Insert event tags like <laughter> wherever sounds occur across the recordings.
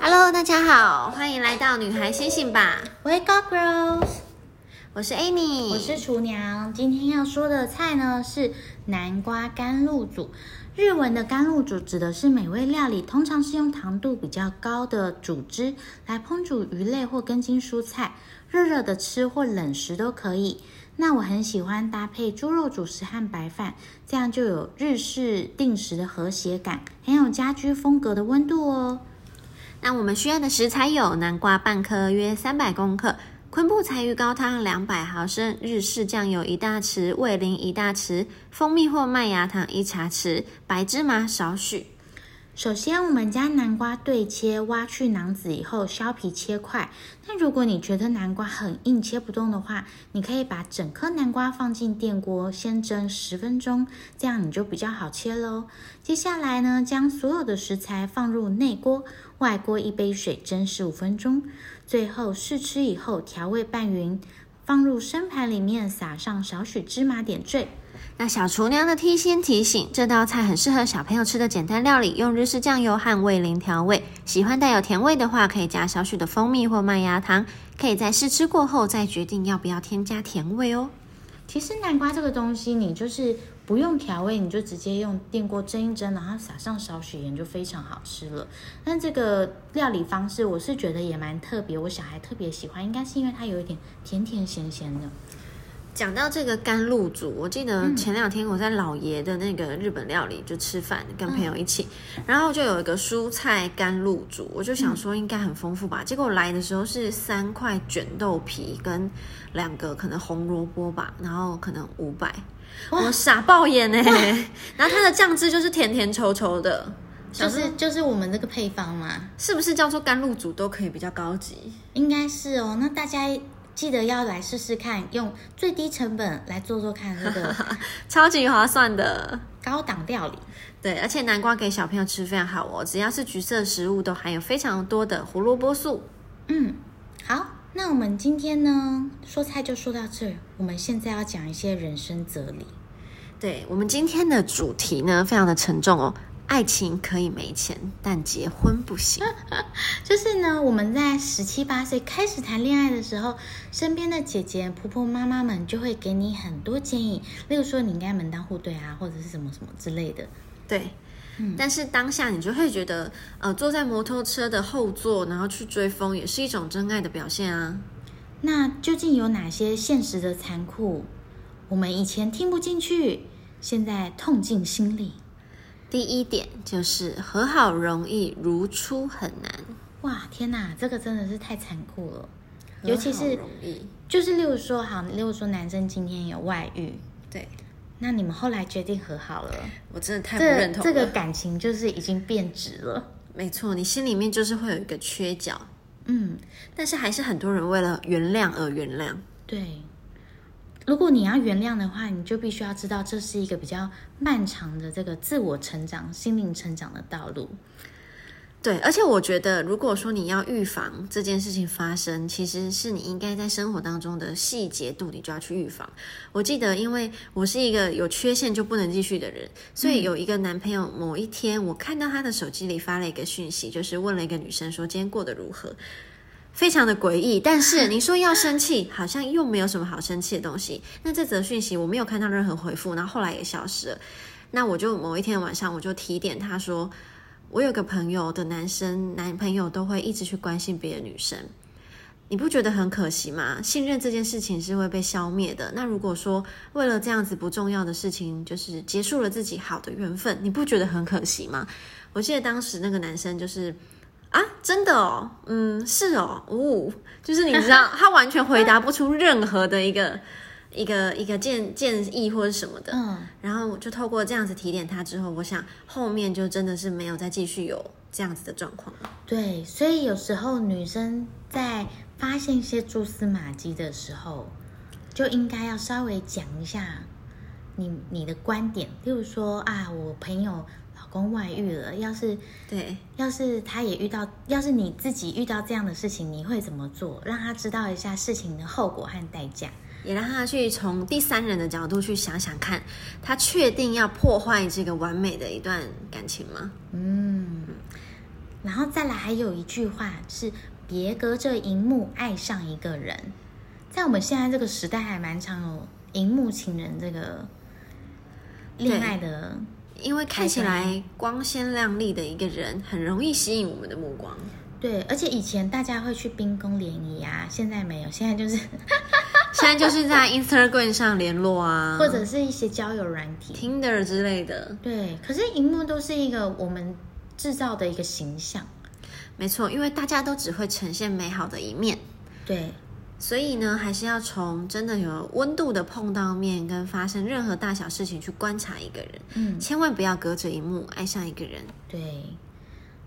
Hello，大家好，欢迎来到《女孩醒醒吧》， Wake up, girls！我是 Amy，我是厨娘。今天要说的菜呢是南瓜甘露煮。日文的甘露煮指的是美味料理，通常是用糖度比较高的煮汁来烹煮鱼类或根茎蔬菜，热热的吃或冷食都可以。那我很喜欢搭配猪肉主食和白饭，这样就有日式定食的和谐感，很有家居风格的温度哦。那我们需要的食材有南瓜半颗，约三百公克；昆布柴鱼高汤两百毫升，日式酱油一大匙，味淋一大匙，蜂蜜或麦芽糖一茶匙，白芝麻少许。首先，我们将南瓜对切，挖去囊子以后削皮切块。那如果你觉得南瓜很硬切不动的话，你可以把整颗南瓜放进电锅先蒸十分钟，这样你就比较好切喽。接下来呢，将所有的食材放入内锅，外锅一杯水蒸十五分钟。最后试吃以后调味拌匀，放入生盘里面撒上少许芝麻点缀。那小厨娘的贴心提醒：这道菜很适合小朋友吃的简单料理，用日式酱油和味淋调味。喜欢带有甜味的话，可以加少许的蜂蜜或麦芽糖。可以在试吃过后再决定要不要添加甜味哦。其实南瓜这个东西，你就是不用调味，你就直接用电锅蒸一蒸，然后撒上少许盐，就非常好吃了。但这个料理方式，我是觉得也蛮特别，我小孩特别喜欢，应该是因为它有一点甜甜咸咸的。讲到这个甘露煮，我记嗯得前两天我在老爷的那个日本料理就吃饭，跟朋友一起，嗯然后就有一个蔬菜甘露煮，我就想说应该很丰富吧，结果来的时候是三块卷豆皮跟两个可能红萝卜吧，然后可能五百，我傻爆眼哎、 <laughs> 然后它的酱汁就是甜甜稠稠的，就想说是就是我们这个配方嘛，是不是叫做甘露煮都可以比较高级？应该是哦。那大家记得要来试试看，用最低成本来做做看这个超级划算的。高档料理。对，而且南瓜给小朋友吃非常好哦，只要是橘色食物都含有非常多的胡萝卜素。嗯，好，那我们今天呢说菜就说到这儿，我们现在要讲一些人生哲理。对我们今天的主题呢，非常的沉重哦。爱情可以没钱，但结婚不行。就是呢，我们在十七八岁开始谈恋爱的时候，身边的姐姐、婆婆、妈妈们就会给你很多建议，例如说你应该门当户对啊，或者是什么什么之类的。对，但是当下你就会觉得，呃，坐在摩托车的后座，然后去追风，也是一种真爱的表现啊。那究竟有哪些现实的残酷，我们以前听不进去，现在痛进心里？第一点就是和好容易，如初很难。哇，天哪，这个真的是太残酷了，尤其和好是容易，就是例如说，好，例如说男生今天有外遇，对那你们后来决定和好了，我真的太不这认同这个了感情就是已经变质了。没错，你心里面就是会有一个缺角。嗯，但是还是很多人为了原谅而原谅。对，如果你要原谅的话，你就必须要知道这是一个比较漫长的这个自我成长、心灵成长的道路。对，而且我觉得，如果说你要预防这件事情发生，其实是你应该在生活当中的细节度，你就要去预防。我记得，因为我是一个有缺陷就不能继续的人，所以有一个男朋友，某一天我看到他的手机里发了一个讯息，就是问了一个女生说今天过得如何，非常的诡异。但是你说要生气，好像又没有什么好生气的东西。那这则讯息我没有看到任何回复，然后后来也消失了。那我就某一天晚上，我就提点他说，我有个朋友的男生男朋友都会一直去关心别的女生，你不觉得很可惜吗？信任这件事情是会被消灭的。那如果说为了这样子不重要的事情，就是结束了自己好的缘分，你不觉得很可惜吗？我记得当时那个男生就是。啊，真的哦，嗯，是哦，呜、就是你知道，他完全回答不出任何的一个一个一个建建议或者什么的，嗯，然后我就透过这样子提点他之后，我想后面就真的是没有再继续有这样子的状况了。对，所以有时候女生在发现一些蛛丝马迹的时候，就应该要稍微讲一下你你的观点，例如说啊，我朋友老公外遇了，要是对，要是他也遇到，要是你自己遇到这样的事情，你会怎么做？让他知道一下事情的后果和代价。也让他去从第三人的角度去想想看，他确定要破坏这个完美的一段感情吗？嗯，然后再来还有一句话是“别隔着荧幕爱上一个人”，在我们现在这个时代还蛮常有“荧幕情人”这个恋爱的，因为看起来光鲜亮丽的一个人，很容易吸引我们的目光。对，而且以前大家会去冰宫联谊啊，现在没有，现在就是现在就是在 Instagram 上联络啊，或者是一些交友软体。 Tinder 之类的。对，可是荧幕都是一个我们制造的一个形象。没错，因为大家都只会呈现美好的一面，对，所以呢，还是要从真的有温度的碰到面跟发生任何大小事情去观察一个人，嗯，千万不要隔着一幕爱上一个人。对，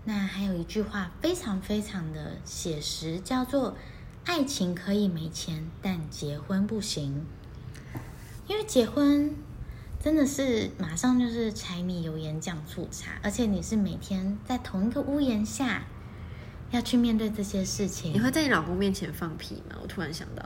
那还有一句话非常非常的写实，叫做“爱情可以没钱，但结婚不行”。因为结婚真的是马上就是柴米油盐酱醋茶，而且你是每天在同一个屋檐下要去面对这些事你情。会在你老公面前放屁吗？我突然想到，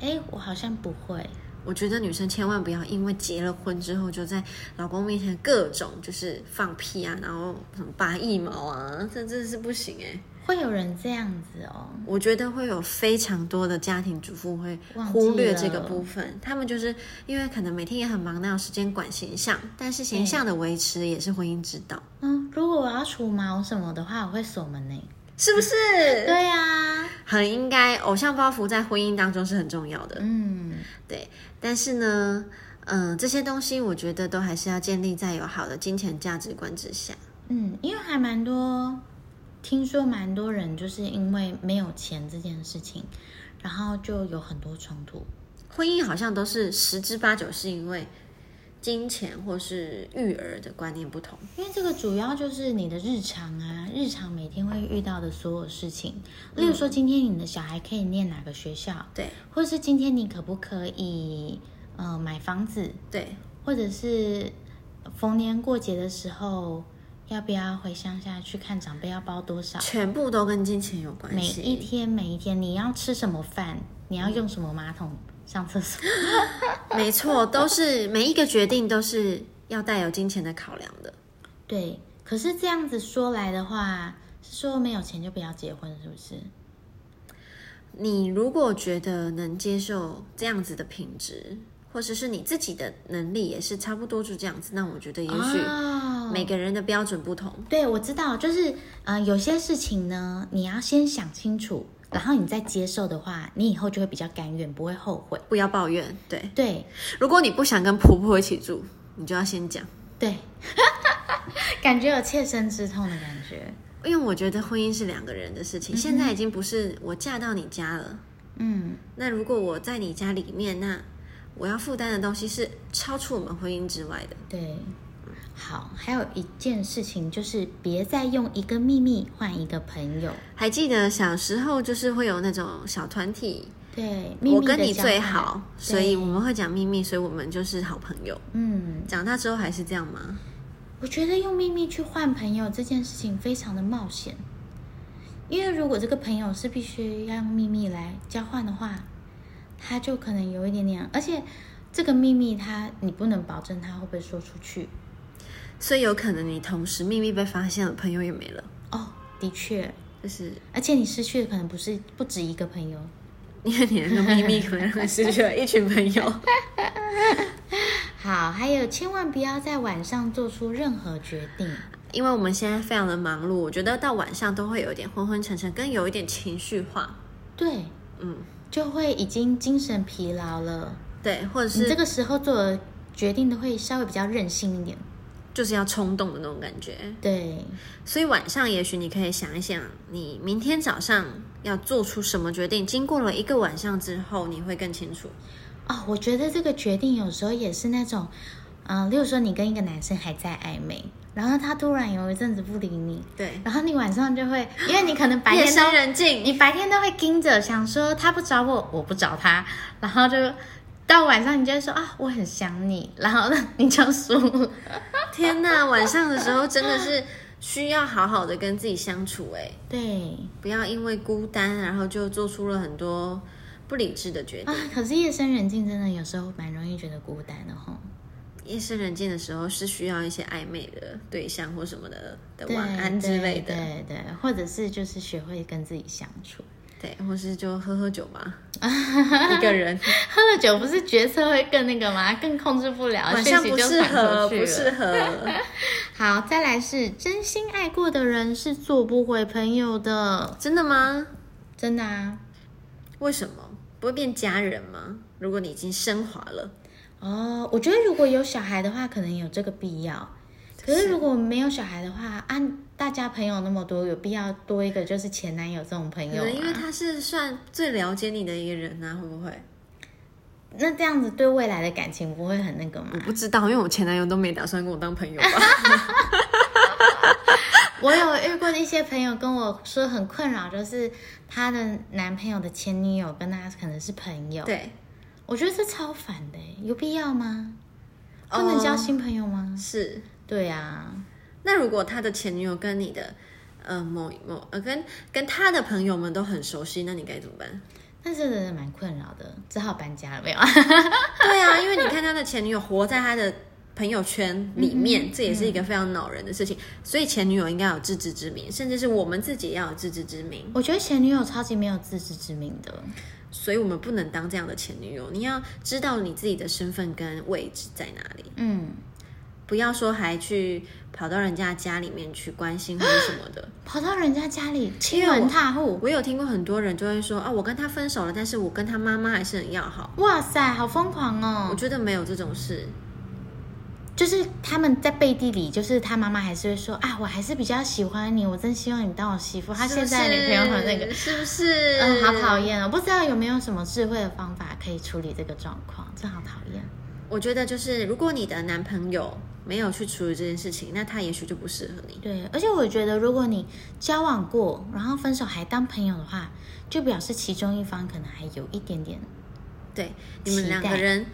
哎，我好像不会。我觉得女生千万不要因为结了婚之后就在老公面前各种就是放屁啊，然后什么拔腋毛啊，这真的是不行哎、会有人这样子哦，我觉得会有非常多的家庭主妇会忘记忽略这了个部分，他们就是因为可能每天也很忙，哪有时间管形象？但是形象的维持也是婚姻之道，嗯，如果我要除毛什么的话，我会锁门呢。是 <laughs> 不是？对啊呀、很应该，偶像包袱在婚姻当中是很重要的。嗯，对，但是呢，嗯、这些东西我觉得都还是要建立在有好的金钱价值观之下。嗯，因为还蛮多，听说蛮多人就是因为没有钱这件事情，然后就有很多冲突。婚姻好像都是十之八九是因为金钱或是育儿的观念不同。因为这个主要就是你的日常啊，日常每天会遇到的所有事情，例如说今天你的小孩可以念哪个学校，对或是今天你可不可以呃买房子，对，或者是呃逢年过节的时候要不要回乡下去看长辈要包多少，全部都跟金钱有关啊每系。一天每一天你要吃什么饭，你要用什么马桶上厕所， <laughs> 没错，都是每一个决定都是要带有金钱的考量的。对。可是这样子说来的话，是说没有钱就不要结婚，是不是？你如果觉得能接受这样子的品质，或者是你自己的能力也是差不多就这样子，那我觉得也许哦每个人的标准不同。对，我知道，就是呃，有些事情呢，你要先想清楚，然后你再接受的话，你以后就会比较甘愿，不会后悔。不要抱怨，对。对，如果你不想跟婆婆一起住，你就要先讲，对， <laughs> 感觉有切身之痛的感觉。因为我觉得婚姻是两个人的事情。现在已经不是我嫁到你家了，嗯，那如果我在你家里面，那我要负担的东西是超出我们婚姻之外的。对。好，还有一件事情就是，别再用一个秘密换一个朋友。还记得小时候就是会有那种小团体，对，秘密我跟的你交最换好，所以我们会讲秘密，所以我们就是好朋友。嗯，长大之后还是这样吗？我觉得用秘密去换朋友这件事情非常的冒险，因为如果这个朋友是必须要用秘密来交换的话，他就可能有一点点，而且这个秘密他你不能保证他会不会说出去。所以有可能你同时秘密被发现了，朋友也没了，哦，的确，就是而且你失去的可能不是不止一个朋友。 <laughs> 因为你的那个秘密可能会失去了一群朋友。好，还有千万不要在晚上做出任何决定。因为我们现在非常的忙碌，我觉得到晚上都会有一点昏昏沉沉，跟有一点情绪化。对，嗯，就会已经精神疲劳了。对，或者你这是个时候做的决定都会稍微比较任性一点。就是要冲动的那种感觉。对，所以晚上也许你可以想一想，你明天早上要做出什么决定。经过了一个晚上之后，你会更清楚。哦，我觉得这个决定有时候也是那种，嗯、例如说你跟一个男生还在暧昧，然后他突然有一阵子不理你，对，然后你晚上就会，因为你可能白夜天都深人静，你白天都会盯着，想说他不找我，我不找他，然后就到晚上你就会说啊，我很想你，然后你就输了。天呐，晚上的时候真的是需要好好的跟自己相处、欸，对不要因为孤单，然后就做出了很多不理智的决定。啊，可是夜深人静真的有时候蛮容易觉得孤单的吼。夜深人静的时候是需要一些暧昧的对象或什么的的对晚安之类的，对对对，或者是就是学会跟自己相处。 <laughs> 对，或是就喝喝酒嘛， <laughs> 一个人喝了酒不是决策会更那个吗？更控制不了，晚讯上息不就适传合，出去不适了。合，好，再来是真心爱过的人是做不回朋友的，真的吗？真的啊。为什么不会变家人吗？如果你已经升华了，哦，我觉得如果有小孩的话，可能有这个必要。可是如果没有小孩的话，啊，大家朋友那么多，有必要多一个就是前男友这种朋可友吗啊能？因为他是算最了解你的一个人啊，会不会？那这样子对未来的感情不会很那个吗我？不知道，因为我前男友都没打算跟我当朋友吧。我有遇过一些朋友跟我说很困扰，就是她的男朋友的前女友跟她可能是朋 <laughs> 友，对，我觉得这超烦的，欸有必要吗？不哦能交新朋友吗？是。对啊，那如果他的前女友跟你的呃某某呃跟跟他的朋友们都很熟悉，那你该怎么办？ <laughs> 但是真的蛮困扰的，只好搬家了没有？对啊，因为你看他的前女友活在他的朋友圈里面，这也是一个非常恼人的事情。所以前女友应该有自知之明，甚至是我们自己也要有自知之明。我觉得前女友超级没有自知之明的，所以我们不能当这样的前女友。你要知道你自己的身份跟位置在哪里，嗯，不要说还去跑到人家家里面去关心或者什么的。跑到人家家里欺因为门我踏户，我有听过很多人就会说啊，我跟他分手了，但是我跟他妈妈还是很要好。哇塞，好疯狂哦我！觉得没有这种事，就是他们在背地里，就是他妈妈还是会说啊，我还是比较喜欢你，我真希望你当我媳妇。他现在的女朋友和那个，是不是？嗯，好讨。厌哦！不知道有没有什么智慧的方法可以处理这个状况，这好讨厌。哦我觉得就是，如果你的男朋友没有去处理这件事情，那他也许就不适合你。对，而且我觉得，如果你交往过，然后分手还当朋友的话，就表示其中一方可能还有一点点，对，你们期两待个人，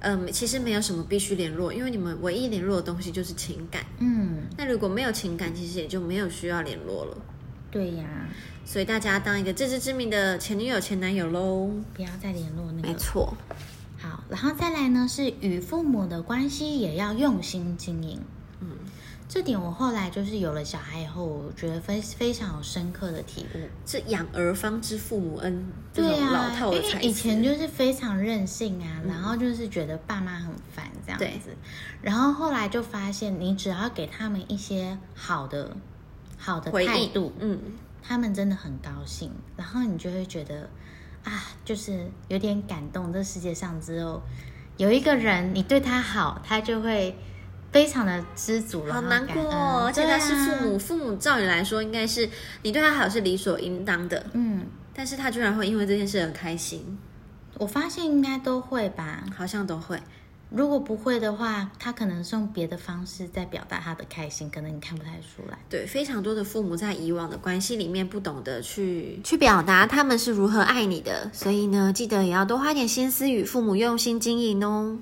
嗯，其实没有什么必须联络，因为你们唯一联络的东西就是情感。嗯，那如果没有情感，其实也就没有需要联络了。对呀、所以大家当一个自知之明的前女友、前男友喽。不要再联络那没个。错，好，然后再来呢是与父母的关系也要用心经营。嗯，这点我后来就是有了小孩以后，我觉得非非常有深刻的体悟。这养儿方知父母恩，这对种老啊，套的因才为以前就是非常任性啊，然后就是觉得爸妈很烦这样对子，然后后来就发现，你只要给他们一些好的、好的回态忆度，嗯，他们真的很高兴，然后你就会觉得啊，就是有点感动。这世界上只有有一个人，你对他好，他就会非常的知足，好然后难过、感哦恩，而且他是父，对母，啊父母照理来说应该是你对他好是理所应当的，嗯，但是他居然会因为这件事很开心，我发现应该都会吧。好像都会。如果不会的话，他可能是用别的方式在表达他的开心，可能你看不太出来。对，非常多的父母在以往的关系里面不懂得去去表达他们是如何爱你的，所以呢，记得也要多花点心思与父母用心经营哦。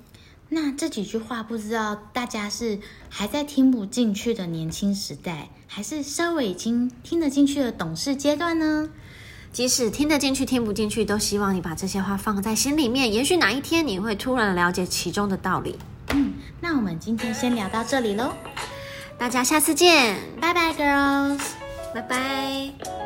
那这几句话，不知道大家是还在听不进去的年轻时代，还是稍微已经听得进去的懂事阶段呢？即使听得进去听不进去，都希望你把这些话放在心里面，也许哪一天你会突然了解其中的道理。那我们今天先聊到这里喽，大家下次见，拜拜，girls。拜拜。